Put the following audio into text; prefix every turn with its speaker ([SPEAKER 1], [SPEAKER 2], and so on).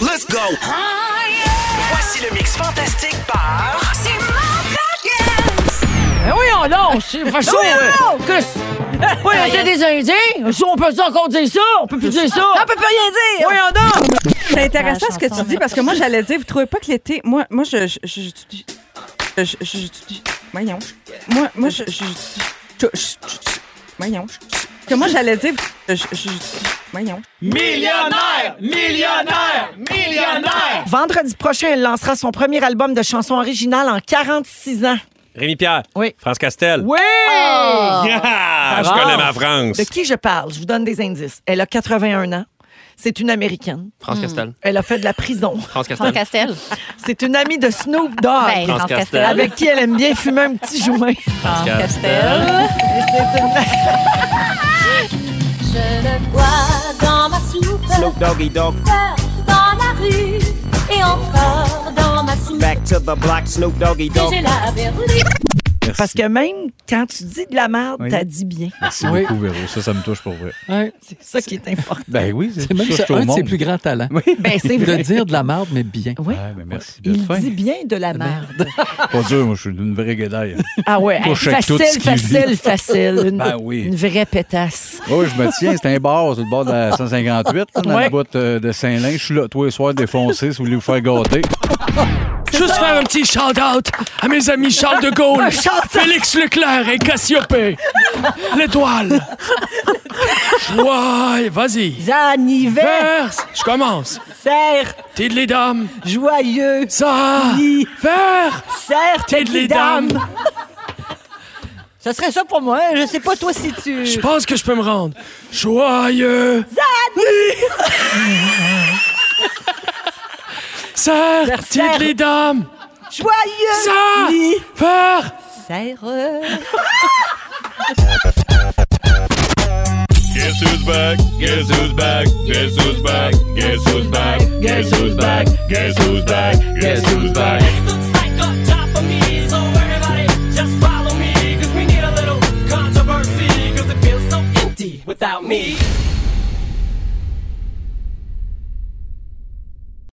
[SPEAKER 1] Let's go!
[SPEAKER 2] Voici le mix fantastique par...
[SPEAKER 3] Ben voyons donc! C'est pas chaud! Oui, on était des Indiens! Si on peut encore dire ça? On peut plus dire ça!
[SPEAKER 4] Ah,
[SPEAKER 5] On peut plus rien dire.
[SPEAKER 3] Voyons donc!
[SPEAKER 5] C'est intéressant ce que tu dis parce que moi j'allais dire, vous trouvez pas que l'été, moi, moi je, je, je, je- je- je- je- voyons, moi, moi je, je, je- je- je- voyons, que moi j'allais dire, je, je- je- voyons.
[SPEAKER 6] Millionnaire! Millionnaire! Millionnaire!
[SPEAKER 4] Vendredi prochain, elle lancera son premier album de chansons originales en 46 ans. Ah!
[SPEAKER 6] Rémi Pierre.
[SPEAKER 4] Oui.
[SPEAKER 6] France Castel.
[SPEAKER 4] Oui!
[SPEAKER 6] Yeah! Je
[SPEAKER 3] avance.
[SPEAKER 6] connais ma France.
[SPEAKER 4] De qui je parle? Je vous donne des indices. Elle a 81 ans. C'est une Américaine. Hmm.
[SPEAKER 7] France Castel.
[SPEAKER 4] Elle a fait de la prison.
[SPEAKER 7] France Castel.
[SPEAKER 8] Franck Castel.
[SPEAKER 4] C'est une amie de Snoop Dogg.
[SPEAKER 8] Ben, Franck Castel.
[SPEAKER 4] Avec qui elle aime bien fumer un petit joint.
[SPEAKER 8] Franck
[SPEAKER 7] Castel.
[SPEAKER 8] Castel.
[SPEAKER 9] Je le vois dans ma soupe,
[SPEAKER 10] Snoop Doggy Dogg,
[SPEAKER 9] dans la rue et encore dans ma soupe.
[SPEAKER 10] back to the block, Snoop Doggy
[SPEAKER 9] que
[SPEAKER 10] Dogg.
[SPEAKER 9] J'ai la berlue.
[SPEAKER 4] Parce que même quand tu dis de la merde,
[SPEAKER 11] Oui.
[SPEAKER 4] t'as dit bien.
[SPEAKER 11] Merci beaucoup, Véro. Ça, ça me touche pour vrai.
[SPEAKER 12] Ouais.
[SPEAKER 4] C'est ça qui est important.
[SPEAKER 11] Ben oui,
[SPEAKER 12] C'est même ça, un de ses plus grands talents.
[SPEAKER 4] Ben, c'est
[SPEAKER 12] De
[SPEAKER 4] vrai.
[SPEAKER 12] dire de la merde, mais bien.
[SPEAKER 4] Oui.
[SPEAKER 11] Ouais, mais merci de
[SPEAKER 4] Il
[SPEAKER 11] fin.
[SPEAKER 4] dit bien de la merde.
[SPEAKER 11] Pas dur, moi, je suis une vraie guédaille.
[SPEAKER 4] Ah ouais,
[SPEAKER 11] Couche avec
[SPEAKER 4] facile,
[SPEAKER 11] tout ce
[SPEAKER 4] facile,
[SPEAKER 11] qu'il
[SPEAKER 4] facile, Une,
[SPEAKER 11] Ben oui.
[SPEAKER 4] une vraie pétasse.
[SPEAKER 11] Oui, je me tiens, c'est un bar sur le bord de la 158, là, dans
[SPEAKER 4] Ouais.
[SPEAKER 11] la boîte euh, de Saint-Lin. Je suis là tous les soirs défoncé si vous voulez vous faire gâter.
[SPEAKER 12] Juste faire un petit shout-out à mes amis Charles de Gaulle, Félix Leclerc et Cassiopée. L'étoile. Ouais, vas-y.
[SPEAKER 4] Anniversaire
[SPEAKER 12] Verse. Je commence. T'es de les dames.
[SPEAKER 4] joyeux,
[SPEAKER 12] Ça. Verse.
[SPEAKER 4] serre
[SPEAKER 12] T'es de les dames.
[SPEAKER 4] Ce serait ça pour moi. hein. Je sais pas toi si tu.
[SPEAKER 12] Je pense que je peux me rendre. Joyeux. Zani. Serre. T'es de les dames.
[SPEAKER 4] Joyeux.
[SPEAKER 12] Ça. Verse.
[SPEAKER 6] Guess who's back? Guess who's back? Guess who's back? Guess who's back? Guess who's back? Guess who's back? Guess who's back?
[SPEAKER 10] Without me.